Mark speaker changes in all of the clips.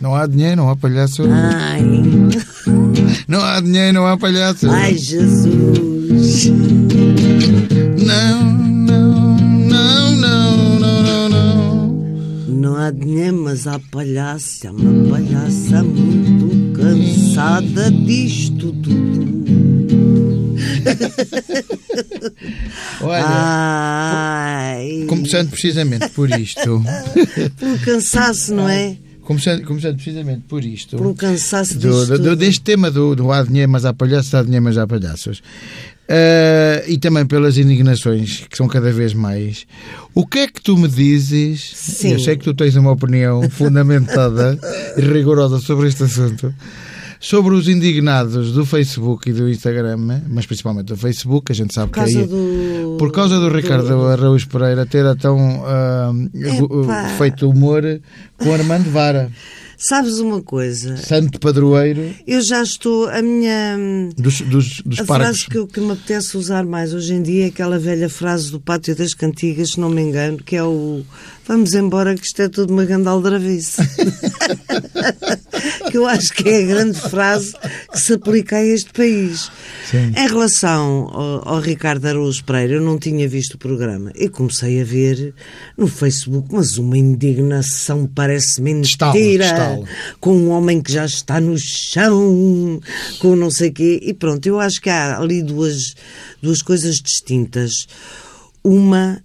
Speaker 1: Não há dinheiro, não há palhaço.
Speaker 2: Ai,
Speaker 1: Não há dinheiro, não há palhaço.
Speaker 2: ai, Jesus.
Speaker 1: Não, não, não, não, não, não, não.
Speaker 2: Não há dinheiro, mas há palhaça, uma palhaça muito cansada disto tudo.
Speaker 1: Olha,
Speaker 2: Ai,
Speaker 1: começando precisamente por isto.
Speaker 2: pelo cansaço, não é?
Speaker 1: Começando, começando precisamente por isto.
Speaker 2: Pelo cansaço
Speaker 1: do, do-
Speaker 2: disto
Speaker 1: do-
Speaker 2: tudo.
Speaker 1: deste tema do, do há dinheiro, mas há palhaços, há dinheiro, mas há palhaços. Ah, e também pelas indignações, que são cada vez mais. O que é que tu me dizes?
Speaker 2: Sim.
Speaker 1: Eu sei que tu tens uma opinião fundamentada e rigorosa sobre este assunto. Sobre os indignados do Facebook e do Instagram, mas principalmente do Facebook, a gente sabe
Speaker 2: Por
Speaker 1: que é aí,
Speaker 2: causa do.
Speaker 1: por causa do Ricardo Araújo Pereira ter tão ah,
Speaker 2: Epá.
Speaker 1: feito humor com Armando Vara,
Speaker 2: Sabes uma coisa?
Speaker 1: santo padroeiro
Speaker 2: Eu já estou. A minha. hum,
Speaker 1: dos, dos, dos
Speaker 2: a
Speaker 1: parques.
Speaker 2: frase que, eu- que me apetece usar mais hoje em dia é aquela velha frase do Pátio das Cantigas, se não me engano, que é o vamos embora que isto é tudo uma grande aldrabice. que eu acho que é a grande frase que se aplica a este país.
Speaker 1: Sim.
Speaker 2: Em relação ao, ao Ricardo Araújo Pereira, eu não tinha visto o programa e comecei a ver no Facebook, mas uma indignação parece mentira
Speaker 1: Estalo, estalo.
Speaker 2: com um homem que já está no chão, com não sei quê. E pronto, eu acho que há ali duas, duas coisas distintas. Uma,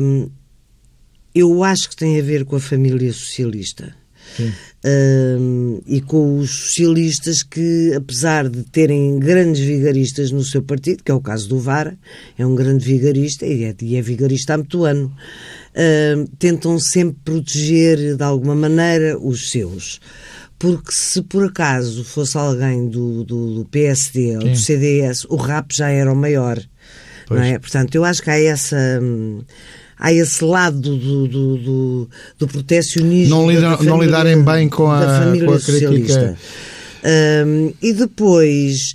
Speaker 2: hum, eu acho que tem a ver com a família socialista. Hum, e com os socialistas que, apesar de terem grandes vigaristas no seu partido, que é o caso do Vara, é um grande vigarista e é, e é vigarista há muito ano, hum, tentam sempre proteger de alguma maneira os seus. Porque se por acaso fosse alguém do, do, do PSD ou do CDS, o rap já era o maior. Não é? Portanto, eu acho que há essa. hum, Há esse lado do, do, do, do protecionismo.
Speaker 1: Não lidam-
Speaker 2: da
Speaker 1: não lidarem bem com a-
Speaker 2: da família
Speaker 1: com a crítica.
Speaker 2: socialista. Hum, e depois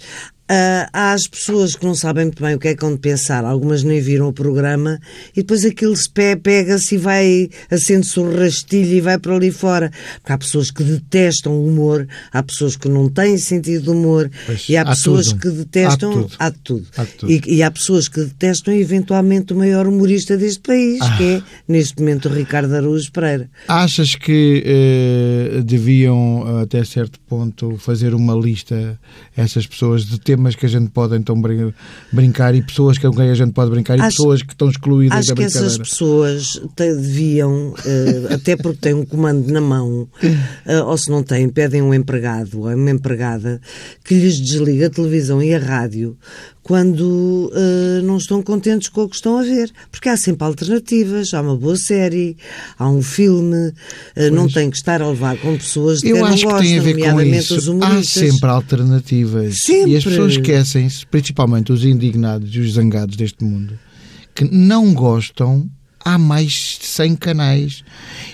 Speaker 2: ah, há as pessoas que não sabem muito bem o que é que vão pensar, algumas nem viram o programa, e depois aquilo se pe- pega-se e vai, acende-se o rastilho e vai para ali fora. Porque há pessoas que detestam o humor, há pessoas que não têm sentido de humor,
Speaker 1: Pois,
Speaker 2: e há,
Speaker 1: há
Speaker 2: pessoas
Speaker 1: tudo.
Speaker 2: que detestam.
Speaker 1: Há tudo.
Speaker 2: Há de tudo.
Speaker 1: Há de tudo.
Speaker 2: E, e há pessoas que detestam eventualmente o maior humorista deste país,
Speaker 1: Ah.
Speaker 2: que é, neste momento, o Ricardo Araújo Pereira.
Speaker 1: Achas que eh, deviam, até certo ponto, fazer uma lista, essas pessoas, de temas que a gente pode então brin- brincar e pessoas com quem a gente pode brincar e
Speaker 2: Acho-
Speaker 1: pessoas que estão excluídas
Speaker 2: Acho
Speaker 1: da
Speaker 2: que essas
Speaker 1: brincadeira?
Speaker 2: pessoas te- deviam, eh, até porque têm um comando na mão, eh, ou se não têm, pedem um empregado ou uma empregada que lhes desliga a televisão e a rádio quando eh, não estão contentes com o que estão a ver. Porque há sempre alternativas, há uma boa série, há um filme, eh, não tem que estar a levar com pessoas de quem
Speaker 1: Eu
Speaker 2: não
Speaker 1: acho que
Speaker 2: gosta,
Speaker 1: tem a ver com
Speaker 2: nomeadamente os
Speaker 1: isso. Há
Speaker 2: humoristas.
Speaker 1: sempre alternativas. E as
Speaker 2: Sempre.
Speaker 1: pessoas esquecem-se, principalmente os indignados e os zangados deste mundo, que não gostam. Há mais de 100 canais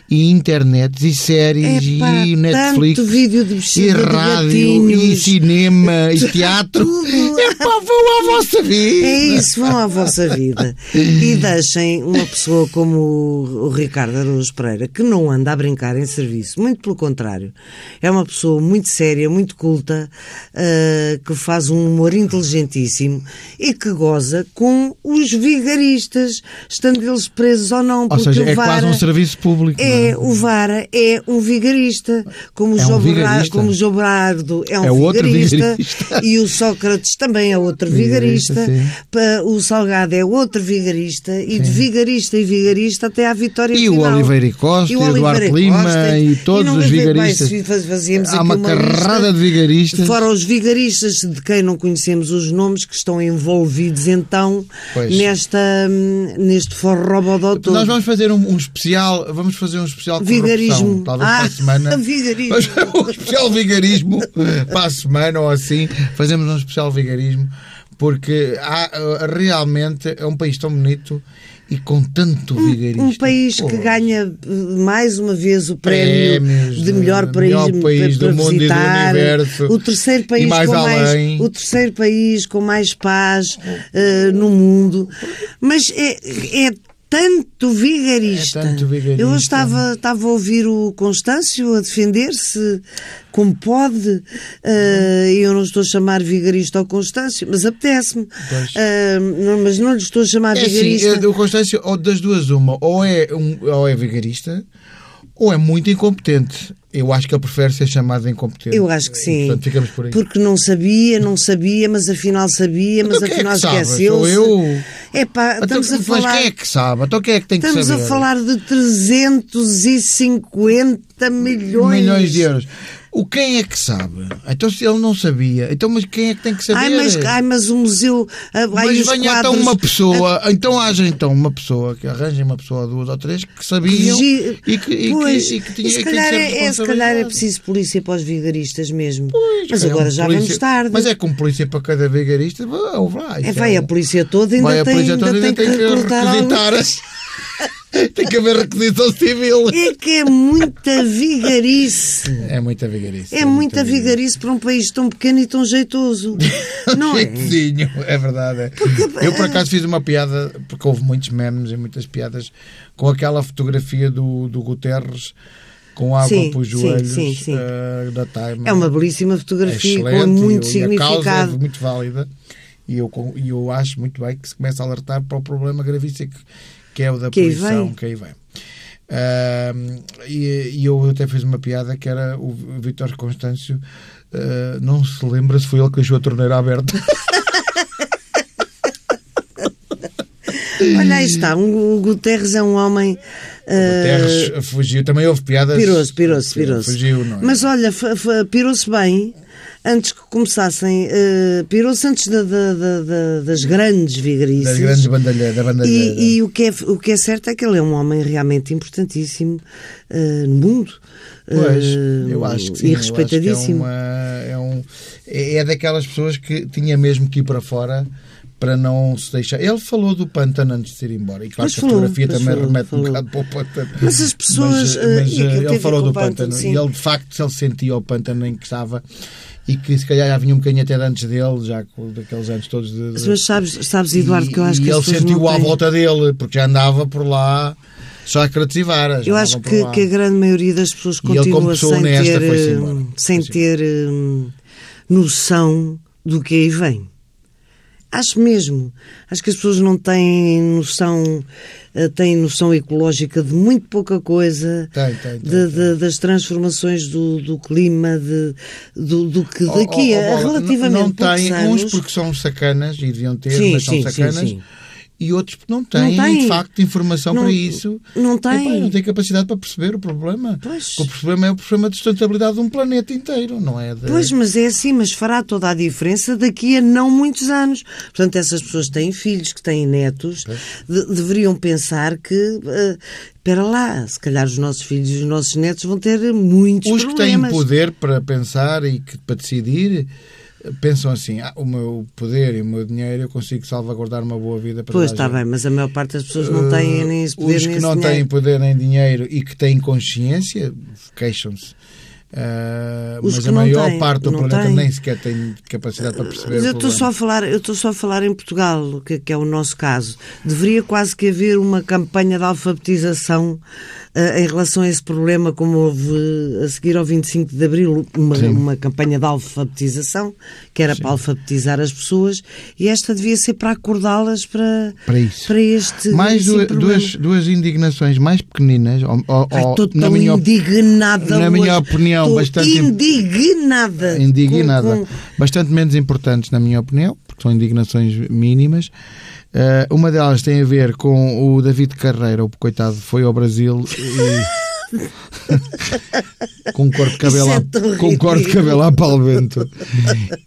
Speaker 1: e internet e séries
Speaker 2: Epá,
Speaker 1: e Netflix
Speaker 2: tanto vídeo de
Speaker 1: e
Speaker 2: bexiga de
Speaker 1: rádio e
Speaker 2: gatinhos.
Speaker 1: cinema e teatro.
Speaker 2: Tudo.
Speaker 1: É pá, vão à vossa vida.
Speaker 2: É isso, vão à vossa vida. E deixem uma pessoa como o, o Ricardo Araújo Pereira, que não anda a brincar em serviço, muito pelo contrário. É uma pessoa muito séria, muito culta, ah, que faz um humor inteligentíssimo e que goza com os vigaristas, estando eles presos ou não,
Speaker 1: Ou
Speaker 2: porque
Speaker 1: seja,
Speaker 2: o
Speaker 1: é
Speaker 2: Vara...
Speaker 1: quase um serviço público. não
Speaker 2: É, o Vara é um vigarista, como o,
Speaker 1: É um
Speaker 2: João, Berra-
Speaker 1: vigarista.
Speaker 2: como o João Berardo é um
Speaker 1: É outro
Speaker 2: vigarista,
Speaker 1: vigarista.
Speaker 2: e o Sócrates também é outro
Speaker 1: Vigarista,
Speaker 2: vigarista,
Speaker 1: sim.
Speaker 2: pa- o Salgado é outro vigarista, e de vigarista em vigarista até à vitória
Speaker 1: E o
Speaker 2: final.
Speaker 1: Oliveira e Costa, e o
Speaker 2: Oliveira
Speaker 1: Eduardo Lima, e todos
Speaker 2: não
Speaker 1: os
Speaker 2: é bem
Speaker 1: vigaristas.
Speaker 2: se faz- fazíamos
Speaker 1: Há
Speaker 2: aqui
Speaker 1: uma
Speaker 2: lista,
Speaker 1: carrada de vigaristas.
Speaker 2: Fora os vigaristas, de quem não conhecemos os nomes, que estão envolvidos então
Speaker 1: Pois.
Speaker 2: nesta, hum, neste forrobodó todo.
Speaker 1: Nós vamos fazer um, um especial, vamos fazer um especial corrupção,
Speaker 2: Vigarismo.
Speaker 1: talvez
Speaker 2: Ah,
Speaker 1: para a semana.
Speaker 2: vigarismo.
Speaker 1: Mas um especial vigarismo para a semana ou assim, fazemos um especial vigarismo, porque há, eh, realmente é um país tão bonito e com tanto vigarismo.
Speaker 2: Um país que ganha eh, mais uma vez o prémio
Speaker 1: Prémios
Speaker 2: de melhor
Speaker 1: de
Speaker 2: país,
Speaker 1: É melhor país
Speaker 2: para,
Speaker 1: do
Speaker 2: para
Speaker 1: mundo e do
Speaker 2: visitar,
Speaker 1: universo,
Speaker 2: o terceiro
Speaker 1: e
Speaker 2: país
Speaker 1: mais
Speaker 2: com
Speaker 1: além.
Speaker 2: mais o terceiro país com mais paz eh, no mundo, mas é, é tanto vigarista.
Speaker 1: É tanto vigarista.
Speaker 2: Eu hoje estava, estava a ouvir o Constâncio a defender-se como pode, eh, e eu não estou a chamar vigarista ao Constâncio, mas apetece-me.
Speaker 1: Pois.
Speaker 2: Eh, não- mas não lhe estou a chamar
Speaker 1: É assim,
Speaker 2: vigarista.
Speaker 1: é, o Constâncio, ou das duas, uma, ou é, um, ou é vigarista, ou é muito incompetente. Eu acho que ele prefere ser chamado incompetente.
Speaker 2: Eu acho que sim.
Speaker 1: Portanto, ficamos por aí.
Speaker 2: Porque não sabia, não sabia, mas afinal sabia, mas
Speaker 1: Então quem é
Speaker 2: afinal
Speaker 1: que sabe?
Speaker 2: esqueceu-se.
Speaker 1: Sou eu?
Speaker 2: É pá,
Speaker 1: Então,
Speaker 2: estamos a
Speaker 1: mas
Speaker 2: falar.
Speaker 1: quem é que sabe? Então quem é que tem que
Speaker 2: Estamos
Speaker 1: saber?
Speaker 2: a falar de 350 milhões.
Speaker 1: milhões de euros. O quem é que sabe? Então se ele não sabia, então mas quem é que tem que saber?
Speaker 2: Ai mas, ai, mas o museu. ah, ai,
Speaker 1: mas
Speaker 2: os
Speaker 1: venha então
Speaker 2: quadros-
Speaker 1: uma pessoa, então haja então uma pessoa, que arranje uma pessoa, duas ou três, que sabiam
Speaker 2: Gi-
Speaker 1: e que, e
Speaker 2: pois,
Speaker 1: que, e que tinha
Speaker 2: e
Speaker 1: e
Speaker 2: se
Speaker 1: que
Speaker 2: calhar
Speaker 1: tinha
Speaker 2: é, é, se calhar é
Speaker 1: responsabilidade.
Speaker 2: preciso polícia para os vigaristas mesmo.
Speaker 1: Pois,
Speaker 2: mas
Speaker 1: é um
Speaker 2: agora já
Speaker 1: polícia-
Speaker 2: vamos tarde.
Speaker 1: Mas é com polícia para cada vigarista, vai, vai. um-
Speaker 2: É, vai a polícia toda, ainda
Speaker 1: Vai a
Speaker 2: tem,
Speaker 1: polícia toda,
Speaker 2: ainda tem que recrutar alguém.
Speaker 1: requisitar as... tem que haver requisição civil.
Speaker 2: É que é muita vigarice.
Speaker 1: É muita vigarice.
Speaker 2: É muita vigarice para um país tão pequeno e tão jeitoso. Não é?
Speaker 1: Jeitozinho, é verdade. é. Eu por acaso fiz uma piada, porque houve muitos memes e muitas piadas, com aquela fotografia do, do Guterres com água
Speaker 2: Sim,
Speaker 1: para os
Speaker 2: sim,
Speaker 1: joelhos
Speaker 2: sim, sim.
Speaker 1: eh, da Time.
Speaker 2: É uma belíssima
Speaker 1: É
Speaker 2: fotografia com
Speaker 1: excelente
Speaker 2: muito
Speaker 1: e, e a causa é
Speaker 2: significado.
Speaker 1: muito válida e eu, con- e eu acho muito bem que se começa a alertar para o problema gravíssimo que, que é o da
Speaker 2: Que aí
Speaker 1: poluição
Speaker 2: vem.
Speaker 1: que aí vem. Ahm, e, e eu até fiz uma piada que era o Vitor Constâncio ah, não se lembra se foi ele que deixou a torneira aberta.
Speaker 2: Olha, aí está. um- O Guterres é um homem. ah,
Speaker 1: Terres fugiu, também houve piadas.
Speaker 2: Pirou-se, pirou-se, pirou-se.
Speaker 1: Fugiu, não é?
Speaker 2: Mas olha, fa- fa- pirou-se bem antes que começassem. eh, pirou-se antes da- da- da- da- das grandes vigarices.
Speaker 1: das grandes bandalheiras. Da bandalheira.
Speaker 2: E, e o, que é, o que é certo é que ele é um homem realmente importantíssimo eh, no mundo.
Speaker 1: Pois,
Speaker 2: Eh,
Speaker 1: eu acho que sim.
Speaker 2: E
Speaker 1: eu acho que
Speaker 2: respeitadíssimo.
Speaker 1: é, uma, é, um, é é daquelas pessoas que tinha mesmo que ir para fora para não se deixar. Ele falou do pântano antes de ir embora. E claro
Speaker 2: Pois
Speaker 1: que a
Speaker 2: falou,
Speaker 1: fotografia
Speaker 2: pois
Speaker 1: também
Speaker 2: falou,
Speaker 1: remete
Speaker 2: falou.
Speaker 1: um bocado para o pântano.
Speaker 2: Mas as
Speaker 1: Mas,
Speaker 2: pessoas, eh,
Speaker 1: mas,
Speaker 2: e aquilo tem a
Speaker 1: ele
Speaker 2: ver
Speaker 1: falou
Speaker 2: com
Speaker 1: do
Speaker 2: o pântano,
Speaker 1: pântano.
Speaker 2: sim.
Speaker 1: E ele, de facto, se ele sentia o pântano em que estava e que se calhar já vinha um bocadinho até de antes dele, já com daqueles anos todos de. de-
Speaker 2: Mas sabes, sabes, Eduardo, que eu acho
Speaker 1: e
Speaker 2: que as
Speaker 1: ele
Speaker 2: pessoas
Speaker 1: sentiu
Speaker 2: não
Speaker 1: à
Speaker 2: têm-
Speaker 1: volta dele, porque já andava por lá Sócrates e Varas.
Speaker 2: Eu
Speaker 1: já
Speaker 2: acho
Speaker 1: andavam por
Speaker 2: que,
Speaker 1: lá.
Speaker 2: que a grande maioria das pessoas
Speaker 1: E ele, como
Speaker 2: continua
Speaker 1: pessoa
Speaker 2: sem
Speaker 1: honesta,
Speaker 2: ter,
Speaker 1: foi-se
Speaker 2: eh,
Speaker 1: embora.
Speaker 2: sem
Speaker 1: Foi-se
Speaker 2: ter eh, noção do que aí vem. Acho mesmo. Acho que as pessoas não têm noção, eh, têm noção ecológica de muito pouca coisa,
Speaker 1: Tem, tem, tem,
Speaker 2: de- de- das transformações do, do clima, de, do, do que daqui
Speaker 1: Oh, oh,
Speaker 2: a
Speaker 1: oh,
Speaker 2: eh, relativamente
Speaker 1: não
Speaker 2: poucos
Speaker 1: têm,
Speaker 2: anos.
Speaker 1: uns porque são sacanas e deviam ter,
Speaker 2: Sim,
Speaker 1: mas são
Speaker 2: sim, sim,
Speaker 1: sacanas.
Speaker 2: sim.
Speaker 1: E outros porque não têm,
Speaker 2: Não têm.
Speaker 1: de facto, informação
Speaker 2: Não-
Speaker 1: para isso.
Speaker 2: não têm.
Speaker 1: Epá, não têm capacidade para perceber o problema.
Speaker 2: Pois.
Speaker 1: Porque O problema é o problema de sustentabilidade de um planeta inteiro, não é? De-
Speaker 2: Pois, mas é assim, mas fará toda a diferença daqui a não muitos anos. Portanto, essas pessoas que têm filhos, que têm netos, de- deveriam pensar que, eh, espera lá, se calhar os nossos filhos e os nossos netos vão ter muitos
Speaker 1: Os que têm
Speaker 2: problemas.
Speaker 1: poder para pensar e que, para decidir eh, pensam assim: "Ah, o meu poder e o meu dinheiro eu consigo salvaguardar uma boa vida para
Speaker 2: Pois, tá
Speaker 1: toda a
Speaker 2: está
Speaker 1: gente." Eh,
Speaker 2: bem, mas a maior parte das pessoas não têm nem esse poder
Speaker 1: Os
Speaker 2: nem
Speaker 1: que
Speaker 2: esse
Speaker 1: não
Speaker 2: dinheiro.
Speaker 1: têm poder nem dinheiro e que têm consciência, queixam-se. Ah,
Speaker 2: Os
Speaker 1: mas
Speaker 2: que
Speaker 1: a
Speaker 2: não
Speaker 1: maior
Speaker 2: têm,
Speaker 1: parte do
Speaker 2: não
Speaker 1: planeta
Speaker 2: têm.
Speaker 1: nem sequer tem capacidade para perceber.
Speaker 2: Mas
Speaker 1: o
Speaker 2: eu estou
Speaker 1: problema.
Speaker 2: só a falar, eu estou só a falar em Portugal, que, que é o nosso caso. Deveria quase que haver uma campanha de alfabetização eh, em relação a esse problema, como houve eh, a seguir ao 25 de Abril, uma, uma campanha de alfabetização, que era para alfabetizar as pessoas, e esta devia ser para acordá-las para,
Speaker 1: Para isso.
Speaker 2: este
Speaker 1: Mais
Speaker 2: esse
Speaker 1: duas,
Speaker 2: problema.
Speaker 1: duas, duas indignações mais pequeninas, ou, ou-
Speaker 2: Ai,
Speaker 1: ou,
Speaker 2: estou
Speaker 1: na
Speaker 2: tão
Speaker 1: minha op-
Speaker 2: indignada
Speaker 1: na
Speaker 2: hoje.
Speaker 1: minha opinião,
Speaker 2: Estou
Speaker 1: bastante imp-
Speaker 2: indignada.
Speaker 1: indignada.
Speaker 2: Com- com-
Speaker 1: Bastante menos importantes, na minha opinião, porque são indignações mínimas. Ah, uma delas tem a ver com o David Carreira, o coitado foi ao Brasil e. com um corte de cabelo,
Speaker 2: Isso é
Speaker 1: à-
Speaker 2: tão
Speaker 1: com um corte de
Speaker 2: ridículo.
Speaker 1: cabelo à palvento.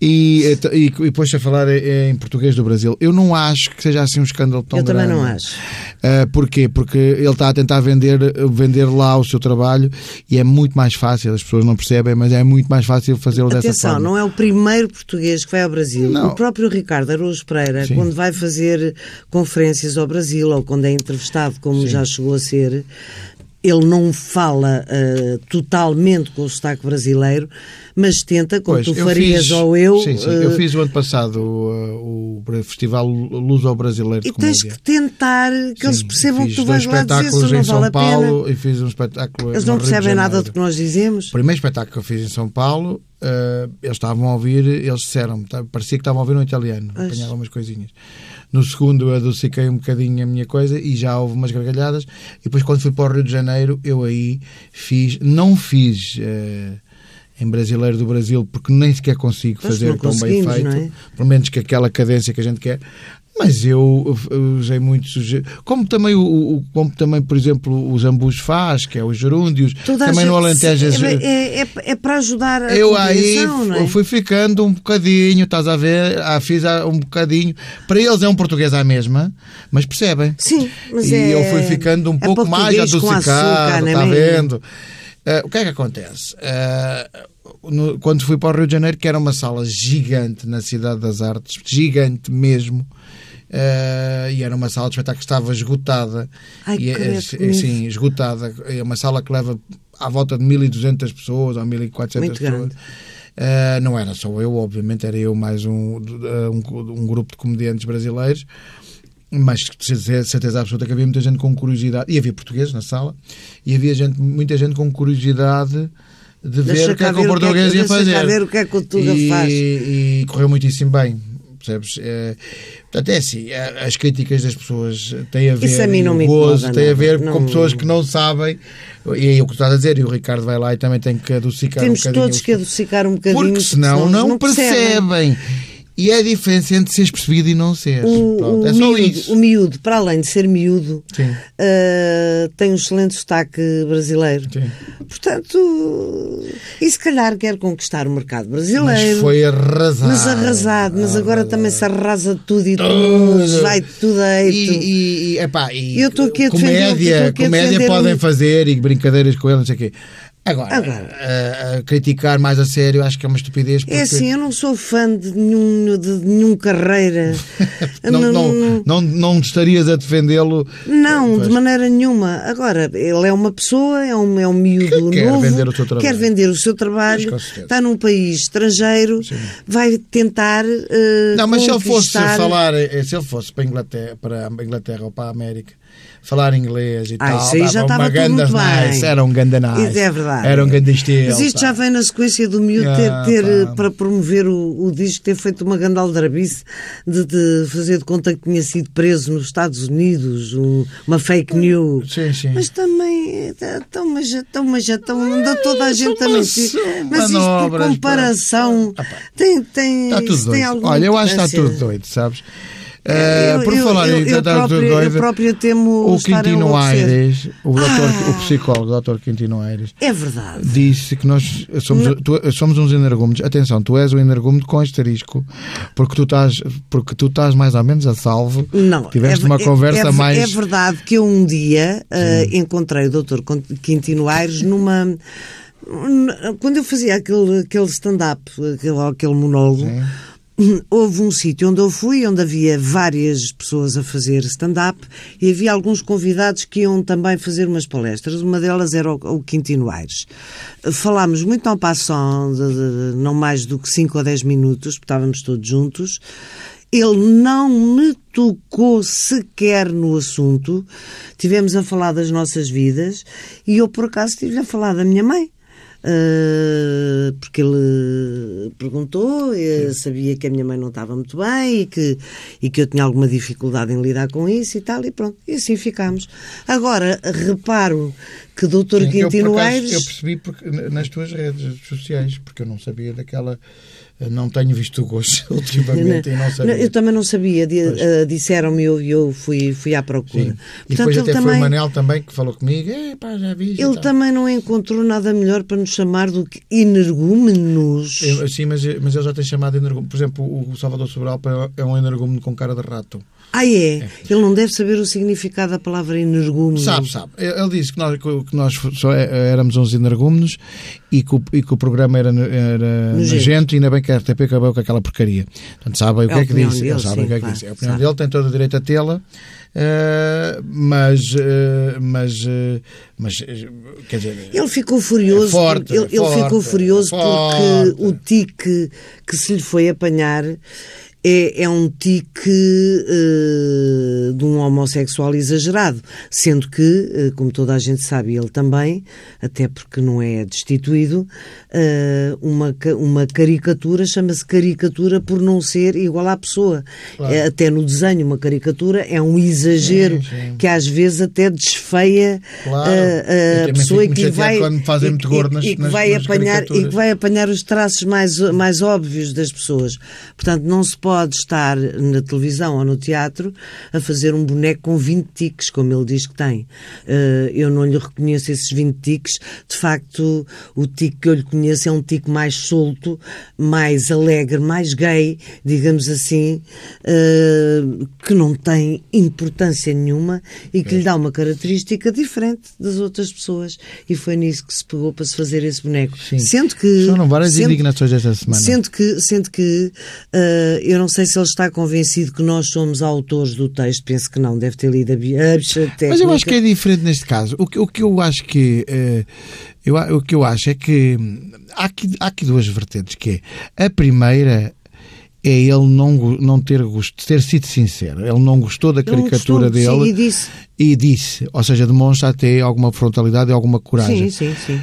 Speaker 1: e, eh, e, e pôs-se a falar eh, em português do Brasil. Eu não acho que seja assim um escândalo tão
Speaker 2: eu
Speaker 1: grande.
Speaker 2: também não acho.
Speaker 1: Uh, porquê? Porque ele está a tentar vender, vender lá o seu trabalho e é muito mais fácil, as pessoas não percebem, mas é muito mais fácil fazê-lo dessa
Speaker 2: Atenção,
Speaker 1: forma.
Speaker 2: não é o primeiro português que vai ao Brasil.
Speaker 1: Não.
Speaker 2: O próprio Ricardo Araújo Pereira,
Speaker 1: Sim.
Speaker 2: quando vai fazer conferências ao Brasil, ou quando é entrevistado, como já chegou a ser, ele não fala uh, totalmente com o sotaque brasileiro, mas tenta, como
Speaker 1: Pois,
Speaker 2: tu
Speaker 1: eu
Speaker 2: farias
Speaker 1: fiz-
Speaker 2: ou eu.
Speaker 1: Sim, sim.
Speaker 2: uh,
Speaker 1: eu fiz o ano passado eh, o, o Festival Luso Brasileiro de
Speaker 2: E tens
Speaker 1: Comédia.
Speaker 2: que tentar que eles
Speaker 1: Sim,
Speaker 2: percebam que
Speaker 1: fiz
Speaker 2: tu
Speaker 1: dois
Speaker 2: vais lá dizer isso
Speaker 1: espetáculos
Speaker 2: não
Speaker 1: em São
Speaker 2: vale a pena.
Speaker 1: Paulo e fiz um espetáculo
Speaker 2: Eles
Speaker 1: no
Speaker 2: não
Speaker 1: Rio de
Speaker 2: percebem nada
Speaker 1: Janeiro.
Speaker 2: do que nós dizemos.
Speaker 1: O primeiro espetáculo que eu fiz em São Paulo, eh, eles estavam a ouvir, eles disseram, tá- parecia que estavam a ouvir um italiano,
Speaker 2: Pois.
Speaker 1: apanharam umas coisinhas. No segundo eu adociquei um bocadinho a minha coisa e já houve umas gargalhadas. E depois quando fui para o Rio de Janeiro, eu aí fiz, não fiz eh, em brasileiro do Brasil, porque nem sequer consigo
Speaker 2: Pois,
Speaker 1: fazer
Speaker 2: não
Speaker 1: tão bem
Speaker 2: conseguimos,
Speaker 1: feito,
Speaker 2: não é?
Speaker 1: pelo menos com aquela cadência que a gente quer. Mas eu eh, usei muito sujeito. Como também, o- o, como também, por exemplo, os ambus faz, que é os gerúndios,
Speaker 2: Toda a
Speaker 1: também no
Speaker 2: gente-
Speaker 1: Alentejo.
Speaker 2: sim, É, é, é- é para ajudar a
Speaker 1: Eu aí
Speaker 2: compreensão, não é?
Speaker 1: eu fui ficando um bocadinho, estás a ver? Ah, fiz ah, um bocadinho. Para eles é um português à mesma, mas percebem.
Speaker 2: Sim, mas
Speaker 1: e
Speaker 2: é-
Speaker 1: eu fui ficando um
Speaker 2: é
Speaker 1: pouco mais
Speaker 2: português com açúcar,
Speaker 1: adocicado,
Speaker 2: não é
Speaker 1: está
Speaker 2: mesmo?
Speaker 1: vendo? Ah, o que é que acontece? Ah, no- quando fui para o Rio de Janeiro, que era uma sala gigante na Cidade das Artes, gigante mesmo. ah, e era uma sala de espetáculo que estava esgotada
Speaker 2: Ai,
Speaker 1: e,
Speaker 2: credo,
Speaker 1: é-
Speaker 2: que
Speaker 1: é- sim, esgotada é uma sala que leva à volta de 1200 pessoas ou 1400
Speaker 2: Muito
Speaker 1: pessoas
Speaker 2: grande.
Speaker 1: Uh, não era só eu, obviamente, era eu mais um, uh, um, um grupo de comediantes brasileiros, mas de certeza certeza absoluta que havia muita gente com curiosidade, e havia portugueses na sala, e havia gente, muita gente com curiosidade de ver
Speaker 2: Deixa
Speaker 1: o que é
Speaker 2: cá
Speaker 1: que o
Speaker 2: ver o que é que-
Speaker 1: português ia
Speaker 2: deixa cá
Speaker 1: fazer.
Speaker 2: ver o que é que o Tuga
Speaker 1: e,
Speaker 2: faz.
Speaker 1: E correu muitíssimo bem. Percebes? Eh, Portanto, é assim, a- as críticas das pessoas têm a ver
Speaker 2: Isso a mim
Speaker 1: e o
Speaker 2: não me
Speaker 1: gozo
Speaker 2: incomoda
Speaker 1: tem a
Speaker 2: nada,
Speaker 1: ver
Speaker 2: não-
Speaker 1: com pessoas que não sabem, e aí o que estás a dizer, e o Ricardo vai lá e também tem que adocicar
Speaker 2: Temos
Speaker 1: um bocadinho
Speaker 2: todos
Speaker 1: os-
Speaker 2: que adocicar um bocadinho.
Speaker 1: porque senão
Speaker 2: eles
Speaker 1: não, percebem. E é a diferença entre seres percebido e não ser.
Speaker 2: O,
Speaker 1: Pronto,
Speaker 2: o
Speaker 1: é só
Speaker 2: miúdo,
Speaker 1: isso.
Speaker 2: o miúdo, para além de ser miúdo,
Speaker 1: Sim.
Speaker 2: eh, tem um excelente sotaque brasileiro.
Speaker 1: Sim.
Speaker 2: Portanto, e se calhar quer conquistar o mercado brasileiro.
Speaker 1: Mas foi arrasado.
Speaker 2: é Mas arrasado, mas agora também se arrasa tudo e
Speaker 1: Tudo.
Speaker 2: tudo, vai tudo
Speaker 1: E,
Speaker 2: aí. tudo.
Speaker 1: e, e, epá, e
Speaker 2: Eu estou aqui a defender- um- eu estou
Speaker 1: comédia,
Speaker 2: aqui a
Speaker 1: comédia
Speaker 2: defender
Speaker 1: podem
Speaker 2: um-
Speaker 1: fazer e brincadeiras com ele, não sei o quê. Agora,
Speaker 2: Agora.
Speaker 1: a- a criticar mais a sério acho que é uma estupidez. Porque
Speaker 2: É assim, eu não sou fã de nenhum, de nenhum carreira.
Speaker 1: não, não, não, não, estarias a defendê-lo.
Speaker 2: Não,
Speaker 1: Pois.
Speaker 2: de maneira nenhuma. Agora, ele é uma pessoa, é um, é um miúdo
Speaker 1: Que quer
Speaker 2: novo,
Speaker 1: vender o seu trabalho.
Speaker 2: quer vender o seu
Speaker 1: Mas
Speaker 2: trabalho,
Speaker 1: com certeza.
Speaker 2: está num país estrangeiro, vai tentar. eh,
Speaker 1: Não, mas se ele fosse
Speaker 2: conquistar-
Speaker 1: falar, eh, se ele fosse para a Inglaterra, para a Inglaterra ou para a América, falar inglês e
Speaker 2: Ah,
Speaker 1: tal,
Speaker 2: isso aí
Speaker 1: dava
Speaker 2: já estava
Speaker 1: uma
Speaker 2: tudo
Speaker 1: ganda
Speaker 2: muito bem.
Speaker 1: nice, era um ganda nice.
Speaker 2: Isso é verdade.
Speaker 1: Era um ganda estilo.
Speaker 2: Mas isto já
Speaker 1: pá.
Speaker 2: vem na sequência do miúdo ter,
Speaker 1: Ah,
Speaker 2: ter, eh,
Speaker 1: pá.
Speaker 2: para promover o, o disco, ter feito uma grande aldrabice de, de fazer de conta que tinha sido preso nos Estados Unidos, um- uma fake news.
Speaker 1: Sim, sim.
Speaker 2: Mas também, então, mas, então, mas, então, anda toda a gente a
Speaker 1: uma-
Speaker 2: mentir.
Speaker 1: são
Speaker 2: Mas isto por
Speaker 1: manobras, pá. Ah,
Speaker 2: comparação tem, tem,
Speaker 1: Está Tá tudo
Speaker 2: isto tem
Speaker 1: doido.
Speaker 2: alguma
Speaker 1: Olha, eu acho que está
Speaker 2: importância.
Speaker 1: tudo doido, sabes? Eh,
Speaker 2: Eu-
Speaker 1: por
Speaker 2: eu-
Speaker 1: falar
Speaker 2: eu-
Speaker 1: em
Speaker 2: eu
Speaker 1: está tudo
Speaker 2: próprio-
Speaker 1: doido,
Speaker 2: eu próprio temo
Speaker 1: o
Speaker 2: estar a
Speaker 1: Quintino
Speaker 2: enlouquecer.
Speaker 1: Aires, o, doutor,
Speaker 2: Ah.
Speaker 1: o psicólogo, Dr. Quintino Aires,
Speaker 2: É verdade.
Speaker 1: disse que nós somos, tu- somos uns energúmenos. Atenção, tu és um energúmeno com asterisco, porque tu estás, porque tu estás mais ou menos a salvo.
Speaker 2: Não,
Speaker 1: Tiveste
Speaker 2: é-
Speaker 1: uma
Speaker 2: é-
Speaker 1: conversa
Speaker 2: é,
Speaker 1: mais.
Speaker 2: É verdade que eu um dia eh, encontrei o doutor Quintino Aires numa. n- Quando eu fazia aquele, aquele stand-up, aquele, aquele monólogo, houve um sítio onde eu fui, onde havia várias pessoas a fazer stand-up e havia alguns convidados que iam também fazer umas palestras. Uma delas era o, o Quintino Aires. Falámos muito ao passão, de, de- não mais do que 5 ou 10 minutos, porque estávamos todos juntos. Ele não me tocou sequer no assunto. Tivemos a falar das nossas vidas e eu, por acaso, estive a falar da minha mãe. Ah, porque ele perguntou, eu sabia que a minha mãe não estava muito bem e que, e que eu tinha alguma dificuldade em lidar com isso e tal, e pronto, e assim ficámos. Agora, reparo que o doutor
Speaker 1: Sim, eu, por
Speaker 2: Quintino
Speaker 1: acaso,
Speaker 2: Aires.
Speaker 1: Eu percebi porque, na- nas tuas redes sociais, porque eu não sabia daquela. Não tenho visto o gosto ultimamente e não sabia.
Speaker 2: eu também não sabia, di-
Speaker 1: Pois.
Speaker 2: ah, disseram-me e eu, eu fui, fui à procura.
Speaker 1: Sim. E
Speaker 2: Portanto,
Speaker 1: depois
Speaker 2: ele
Speaker 1: até foi
Speaker 2: também-
Speaker 1: o Manel também que falou comigo. "Eh, pá, já vi. já
Speaker 2: Ele
Speaker 1: tá."
Speaker 2: também não encontrou nada melhor para nos chamar do que energúmenos.
Speaker 1: Eu- sim, mas, mas ele já tem chamado energúmeno. Por exemplo, o Salvador Sobral para- é um energúmeno com cara de rato.
Speaker 2: Ah, é? Ele não deve saber o significado da palavra energúmeno.
Speaker 1: Sabe, sabe. Ele ele disse que nós, que nós só é- éramos uns energúmenos e que o, e que o programa era, era
Speaker 2: Nojento.
Speaker 1: nojento e ainda bem que a RTP acabou com aquela porcaria. Portanto, sabem o
Speaker 2: É
Speaker 1: que
Speaker 2: a
Speaker 1: é que
Speaker 2: opinião
Speaker 1: disse.
Speaker 2: dele,
Speaker 1: Eles sabem
Speaker 2: sim,
Speaker 1: o que é que
Speaker 2: claro,
Speaker 1: disse. É a opinião
Speaker 2: sabe.
Speaker 1: dele, tem todo o direito a tê-la. eh, mas, eh, mas, eh, mas, eh, quer dizer,
Speaker 2: Ele ficou furioso.
Speaker 1: É forte,
Speaker 2: ele ele
Speaker 1: é forte,
Speaker 2: ficou furioso
Speaker 1: é forte.
Speaker 2: porque o tique que se lhe foi apanhar é, é um tique eh, de um homossexual exagerado. Sendo que, eh, como toda a gente sabe, ele também, até porque não é destituído, eh, uma, ca- uma caricatura chama-se caricatura por não ser igual à pessoa.
Speaker 1: Claro.
Speaker 2: Eh, até no desenho, uma caricatura é um exagero
Speaker 1: Sim, sim.
Speaker 2: que às vezes até desfeia
Speaker 1: Claro. Eu
Speaker 2: Eh, a, a
Speaker 1: também
Speaker 2: pessoa
Speaker 1: fico
Speaker 2: que
Speaker 1: muito
Speaker 2: vai
Speaker 1: chateado quando me fazem
Speaker 2: e-
Speaker 1: muito gordo
Speaker 2: e-
Speaker 1: nas-
Speaker 2: e que
Speaker 1: nas-
Speaker 2: vai
Speaker 1: nas
Speaker 2: apanhar e que
Speaker 1: caricaturas.
Speaker 2: vai apanhar os traços mais mais óbvios das pessoas portanto não se pode estar na televisão ou no teatro a fazer um boneco com 20 tiques como ele diz que tem Eh, eu não lhe reconheço esses 20 tiques de facto o tique que eu lhe conheço é um tique mais solto mais alegre mais gay digamos assim eh, que não tem importância nenhuma e que lhe dá uma característica diferente das outras pessoas. E foi nisso que se pegou para se fazer esse boneco.
Speaker 1: Sim.
Speaker 2: Sendo que.
Speaker 1: Foram várias
Speaker 2: sendo-
Speaker 1: indignações esta semana.
Speaker 2: Sendo que, sendo que eh, eu não sei se ele está convencido que nós somos autores do texto, penso que não, deve ter lido a bi- a bicha técnica.
Speaker 1: Mas eu acho que é diferente neste caso. O que, o que eu acho que eh, eu a- o que eu acho é que hum, há aqui, há aqui duas vertentes que é a primeira é ele não, go- não ter gosto, ter sido sincero. Ele não gostou da
Speaker 2: Ele não
Speaker 1: caricatura
Speaker 2: gostou, sim,
Speaker 1: dele
Speaker 2: e disse.
Speaker 1: e disse, ou seja, demonstra até alguma frontalidade e alguma coragem.
Speaker 2: Sim, sim, sim.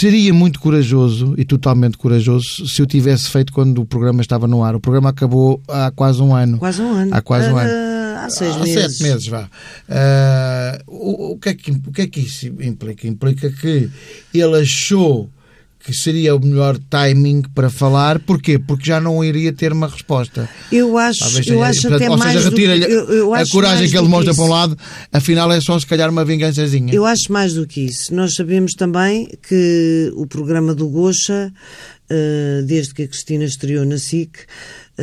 Speaker 1: Seria muito corajoso e totalmente corajoso se eu tivesse feito quando o programa estava no ar. O programa acabou há quase um ano.
Speaker 2: Quase um ano.
Speaker 1: Há quase um
Speaker 2: Ah,
Speaker 1: ano
Speaker 2: Há seis
Speaker 1: há
Speaker 2: meses.
Speaker 1: sete meses, vá. Ah, o, o que é que, o que é que isso implica? Implica que ele achou que seria o melhor timing para falar. Porquê? Porque já não iria ter uma resposta.
Speaker 2: Eu acho,
Speaker 1: Talvez
Speaker 2: eu
Speaker 1: tenha-
Speaker 2: acho
Speaker 1: portanto,
Speaker 2: até
Speaker 1: ou
Speaker 2: mais.
Speaker 1: seja,
Speaker 2: do que-
Speaker 1: retira-lhe
Speaker 2: eu- eu
Speaker 1: a
Speaker 2: acho
Speaker 1: coragem
Speaker 2: mais
Speaker 1: que ele
Speaker 2: do
Speaker 1: mostra
Speaker 2: isso.
Speaker 1: para um lado, afinal é só se calhar uma vingançazinha.
Speaker 2: Eu acho mais do que isso. Nós sabemos também que o programa do Gocha, eh, desde que a Cristina estreou na SIC,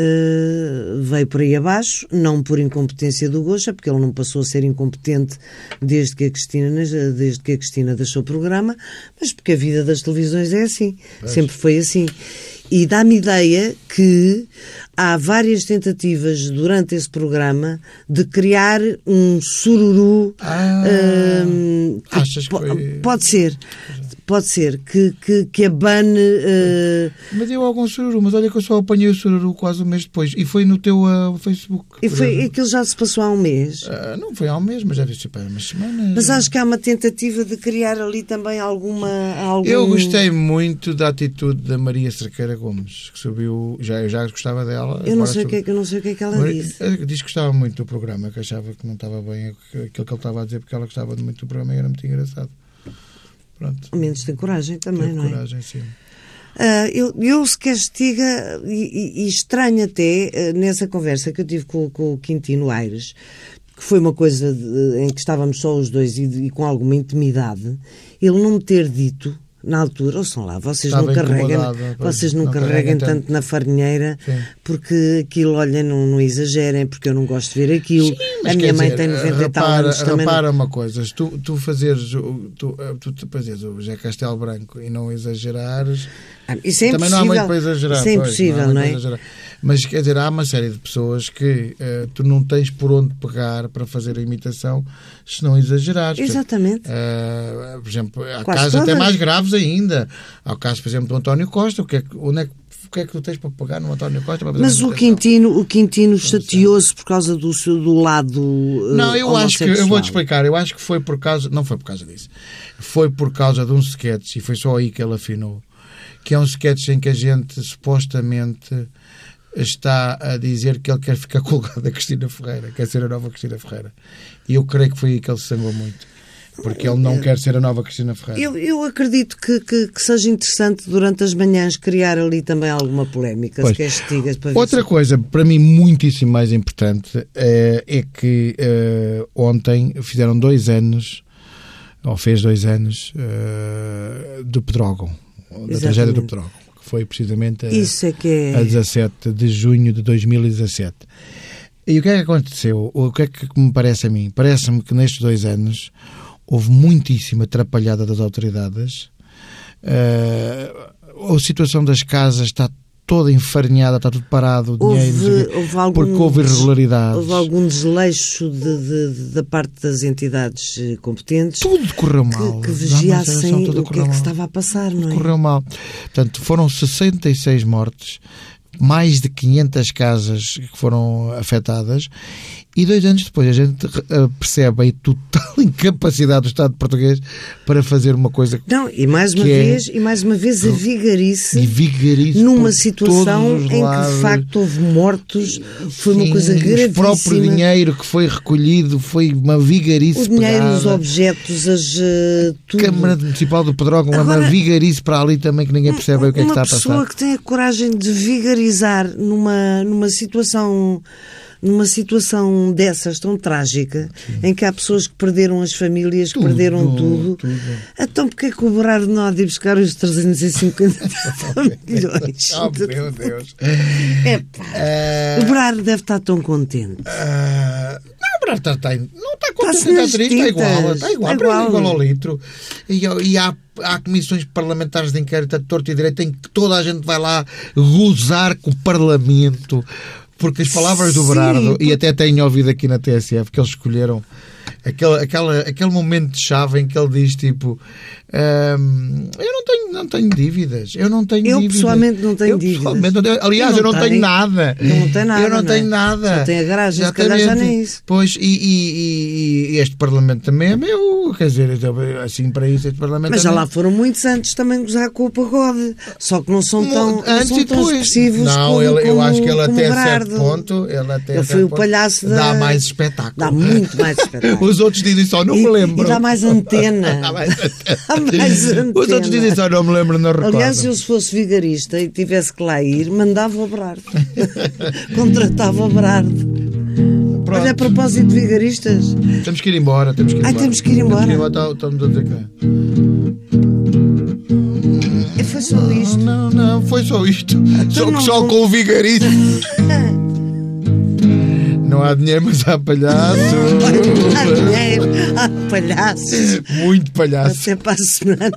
Speaker 2: eh, veio por aí abaixo, não por incompetência do Gocha, porque ele não passou a ser incompetente desde que a Cristina, nas- desde que a Cristina deixou o programa, mas porque a vida das televisões é assim, sempre foi assim. E dá-me ideia que há várias tentativas durante esse programa de criar um sururu
Speaker 1: Ah.
Speaker 2: Hum, que
Speaker 1: Achas que
Speaker 2: po-
Speaker 1: foi-
Speaker 2: Pode ser. Pode ser que, que, que a BAN. eh,
Speaker 1: Mas eu algum sururu, mas olha que eu só apanhei o sururu quase um mês depois. E foi no teu ah, Facebook.
Speaker 2: e foi,
Speaker 1: por exemplo.
Speaker 2: aquilo já se passou há um mês.
Speaker 1: Ah, não foi há um mês, mas já disse para umas semanas.
Speaker 2: Mas acho que há uma tentativa de criar ali também alguma. Algum...
Speaker 1: Eu gostei muito da atitude da Maria Cerqueira Gomes, que subiu, já, eu já gostava dela.
Speaker 2: Eu não,
Speaker 1: agora
Speaker 2: sei o que, é
Speaker 1: subiu.
Speaker 2: que- eu não sei o que é que ela
Speaker 1: Maria-
Speaker 2: disse.
Speaker 1: eh, Diz que gostava muito do programa, que achava que não estava bem aquilo que ele estava a dizer, porque ela gostava muito do programa e era muito engraçado. Pronto.
Speaker 2: Ao menos tem coragem também,
Speaker 1: Teve
Speaker 2: não é?
Speaker 1: coragem, sim.
Speaker 2: Ah, eu, eu se castiga e, e- e estranho até eh, nessa conversa que eu tive com, com o Quintino Aires, que foi uma coisa de- em que estávamos só os dois e, de- e com alguma intimidade, ele não me ter dito na altura, ouçam lá, vocês
Speaker 1: Estava
Speaker 2: não carregam,
Speaker 1: incomodado, pois,
Speaker 2: vocês não,
Speaker 1: não
Speaker 2: carreguem
Speaker 1: carreguem
Speaker 2: tanto,
Speaker 1: tanto.
Speaker 2: na farinheira
Speaker 1: Sim.
Speaker 2: porque aquilo, olha, não, não exagerem, porque eu não gosto de ver aquilo.
Speaker 1: Mas
Speaker 2: a minha
Speaker 1: quer
Speaker 2: mãe
Speaker 1: dizer, eh,
Speaker 2: tem 90 e tal
Speaker 1: repara,
Speaker 2: anos também. é?
Speaker 1: Repara uma coisa, se tu, tu fazeres o, tu, eh, tu, tu fazeres o José Castelo Branco e não exagerares,
Speaker 2: Ah, Isso é
Speaker 1: Também
Speaker 2: impossível.
Speaker 1: não há muito para exagerar.
Speaker 2: Isso é
Speaker 1: pois,
Speaker 2: impossível,
Speaker 1: há muito
Speaker 2: não
Speaker 1: para
Speaker 2: é?
Speaker 1: exagerar. Mas quer dizer, há uma série de pessoas que eh, tu não tens por onde pegar para fazer a imitação se não exagerares. Por exemplo,
Speaker 2: Exatamente.
Speaker 1: eh, por exemplo, há
Speaker 2: Quase
Speaker 1: casos até
Speaker 2: todas.
Speaker 1: mais graves ainda. Há o caso, por exemplo, do António Costa. O que é que, onde é que, o que é que tu tens para pegar no António Costa? Para fazer
Speaker 2: Mas
Speaker 1: uma
Speaker 2: o
Speaker 1: imitação?
Speaker 2: Quintino, o Quintino chateou-se por causa do, seu- do lado. eh,
Speaker 1: Não, eu acho que eu
Speaker 2: homossexual.
Speaker 1: vou te explicar. Eu acho que foi por causa, não foi por causa disso. Foi por causa de um sketch e foi só aí que ele afinou. Que é um sketch em que a gente supostamente está a dizer que ele quer ficar colgado a Cristina Ferreira, quer ser a nova Cristina Ferreira. E eu creio que foi aí que ele se sangrou muito. Porque ele não quer ser a nova Cristina Ferreira.
Speaker 2: Eh, Eu, eu acredito que, que, que seja interessante durante as manhãs criar ali também alguma polémica,
Speaker 1: Pois.
Speaker 2: se queres que digas para ver
Speaker 1: Outra
Speaker 2: se-
Speaker 1: coisa, para mim, muitíssimo mais importante eh, é que eh, ontem fizeram dois anos, ou fez dois anos, eh, do Pedrógão, da
Speaker 2: Exatamente.
Speaker 1: tragédia do Pedrógão,
Speaker 2: é.
Speaker 1: que foi precisamente a,
Speaker 2: Isso é que
Speaker 1: a
Speaker 2: é.
Speaker 1: 17 de junho de 2017. E o que é que aconteceu? O que é que me parece a mim? Parece-me que nestes dois anos houve muitíssima atrapalhada das autoridades. Uh, a situação das casas está toda enfarinhada, está tudo parado, o dinheiro,
Speaker 2: Houve,
Speaker 1: não sei o quê,
Speaker 2: houve algum,
Speaker 1: porque houve irregularidades.
Speaker 2: houve algum desleixo de- de- de- da parte das entidades eh, competentes
Speaker 1: Tudo correu mal. Dá
Speaker 2: que, que
Speaker 1: uma
Speaker 2: vigiassem
Speaker 1: sensação, tudo
Speaker 2: o que é
Speaker 1: correu
Speaker 2: que
Speaker 1: mal.
Speaker 2: estava a passar, não é?
Speaker 1: correu mal. Portanto, foram 66 mortes, mais de 500 casas que foram afetadas, e dois anos depois a gente eh, percebe a total incapacidade do Estado português para fazer uma coisa
Speaker 2: Não, e mais uma
Speaker 1: Que é-
Speaker 2: vez, e mais uma vez a vigarice
Speaker 1: e vigarice
Speaker 2: numa
Speaker 1: por
Speaker 2: situação
Speaker 1: todos
Speaker 2: em
Speaker 1: os
Speaker 2: que
Speaker 1: lados.
Speaker 2: de facto houve mortos, foi uma
Speaker 1: Sim,
Speaker 2: coisa
Speaker 1: O próprio
Speaker 2: gravíssima.
Speaker 1: dinheiro que foi recolhido foi uma vigarice
Speaker 2: O dinheiro, os
Speaker 1: pegada.
Speaker 2: objetos, as
Speaker 1: A
Speaker 2: eh, tudo.
Speaker 1: Câmara Municipal do Pedrógão é uma
Speaker 2: Agora,
Speaker 1: vigarice para ali também que ninguém percebe o que é que
Speaker 2: uma
Speaker 1: está a
Speaker 2: pessoa
Speaker 1: passar.
Speaker 2: que tem a coragem de vigarizar numa, numa situação numa situação dessas tão trágica, em que há pessoas que perderam as famílias, que
Speaker 1: Tudo,
Speaker 2: perderam tudo,
Speaker 1: tudo.
Speaker 2: então porquê que o Berardo não há de ir buscar os 350 milhões?
Speaker 1: Oh, meu Deus.
Speaker 2: Epá,
Speaker 1: Eh,
Speaker 2: o Berardo deve estar tão contente.
Speaker 1: Ah, não, Brás está, está, não tá está contente,
Speaker 2: Está-se
Speaker 1: está
Speaker 2: nas
Speaker 1: triste, está igual,
Speaker 2: tintas,
Speaker 1: está igual,
Speaker 2: está
Speaker 1: está igual
Speaker 2: Tá igual.
Speaker 1: ao litro. E, há- e há, há comissões parlamentares de inquérito a torto e direito em que toda a gente vai lá gozar com o Parlamento, porque as palavras do
Speaker 2: Sim,
Speaker 1: Berardo, e
Speaker 2: porque-
Speaker 1: até tenho ouvido aqui na TSF, que eles escolheram aquele, aquela, aquele momento de chave em que ele diz tipo. "Ahm, eu não tenho, não tenho dívidas. Eu não tenho
Speaker 2: Eu,
Speaker 1: dívidas.
Speaker 2: pessoalmente, não tenho
Speaker 1: Eu,
Speaker 2: dívidas.
Speaker 1: pessoalmente, não tenho- aliás,
Speaker 2: Eu
Speaker 1: eu não,
Speaker 2: não
Speaker 1: tenho
Speaker 2: tenho.
Speaker 1: nada.
Speaker 2: Não tem nada,
Speaker 1: Eu não
Speaker 2: não é?
Speaker 1: tenho nada.
Speaker 2: Só tem a garagem, se calhar já
Speaker 1: Exatamente.
Speaker 2: nem isso.
Speaker 1: Pois, e, e- e- e este Parlamento também é meu, quer dizer, então, assim para isso, este Parlamento
Speaker 2: Mas
Speaker 1: é
Speaker 2: já
Speaker 1: meu.
Speaker 2: lá foram muitos antes também gozar com o pagode. Só que não são tão, não
Speaker 1: Antes
Speaker 2: são
Speaker 1: e
Speaker 2: tão
Speaker 1: depois.
Speaker 2: expressivos
Speaker 1: Não,
Speaker 2: como,
Speaker 1: ele- eu
Speaker 2: como-
Speaker 1: acho que ele
Speaker 2: como
Speaker 1: até
Speaker 2: o
Speaker 1: certo
Speaker 2: Berardo.
Speaker 1: ponto. Ele até
Speaker 2: Ele
Speaker 1: certo
Speaker 2: foi o
Speaker 1: ponto,
Speaker 2: palhaço
Speaker 1: Dá
Speaker 2: da-
Speaker 1: mais espetáculo.
Speaker 2: Dá muito mais espetáculo.
Speaker 1: Os outros dizem só, não
Speaker 2: E-
Speaker 1: me lembro.
Speaker 2: E dá mais antena.
Speaker 1: Dá mais antena.
Speaker 2: Dá mais
Speaker 1: Os outros
Speaker 2: antena.
Speaker 1: dizem só, não me lembro, não recordo.
Speaker 2: Aliás, eu se fosse vigarista e tivesse que lá ir, mandava o Berardo. Contratava o Berardo.
Speaker 1: Pronto,
Speaker 2: Olha, a propósito de vigaristas,
Speaker 1: temos que ir embora. Temos que ir
Speaker 2: Ai,
Speaker 1: embora.
Speaker 2: Ah, temos que ir embora.
Speaker 1: tá- Estamos a dizer que...
Speaker 2: e É, foi só isto.
Speaker 1: tá. Não, não, foi só isto. Só,
Speaker 2: Ah, não-
Speaker 1: só com o vigarito. não há dinheiro, mas há palhaço. Ah.
Speaker 2: Há dinheiro, há palhaços.
Speaker 1: Muito palhaço.
Speaker 2: Até para a semana.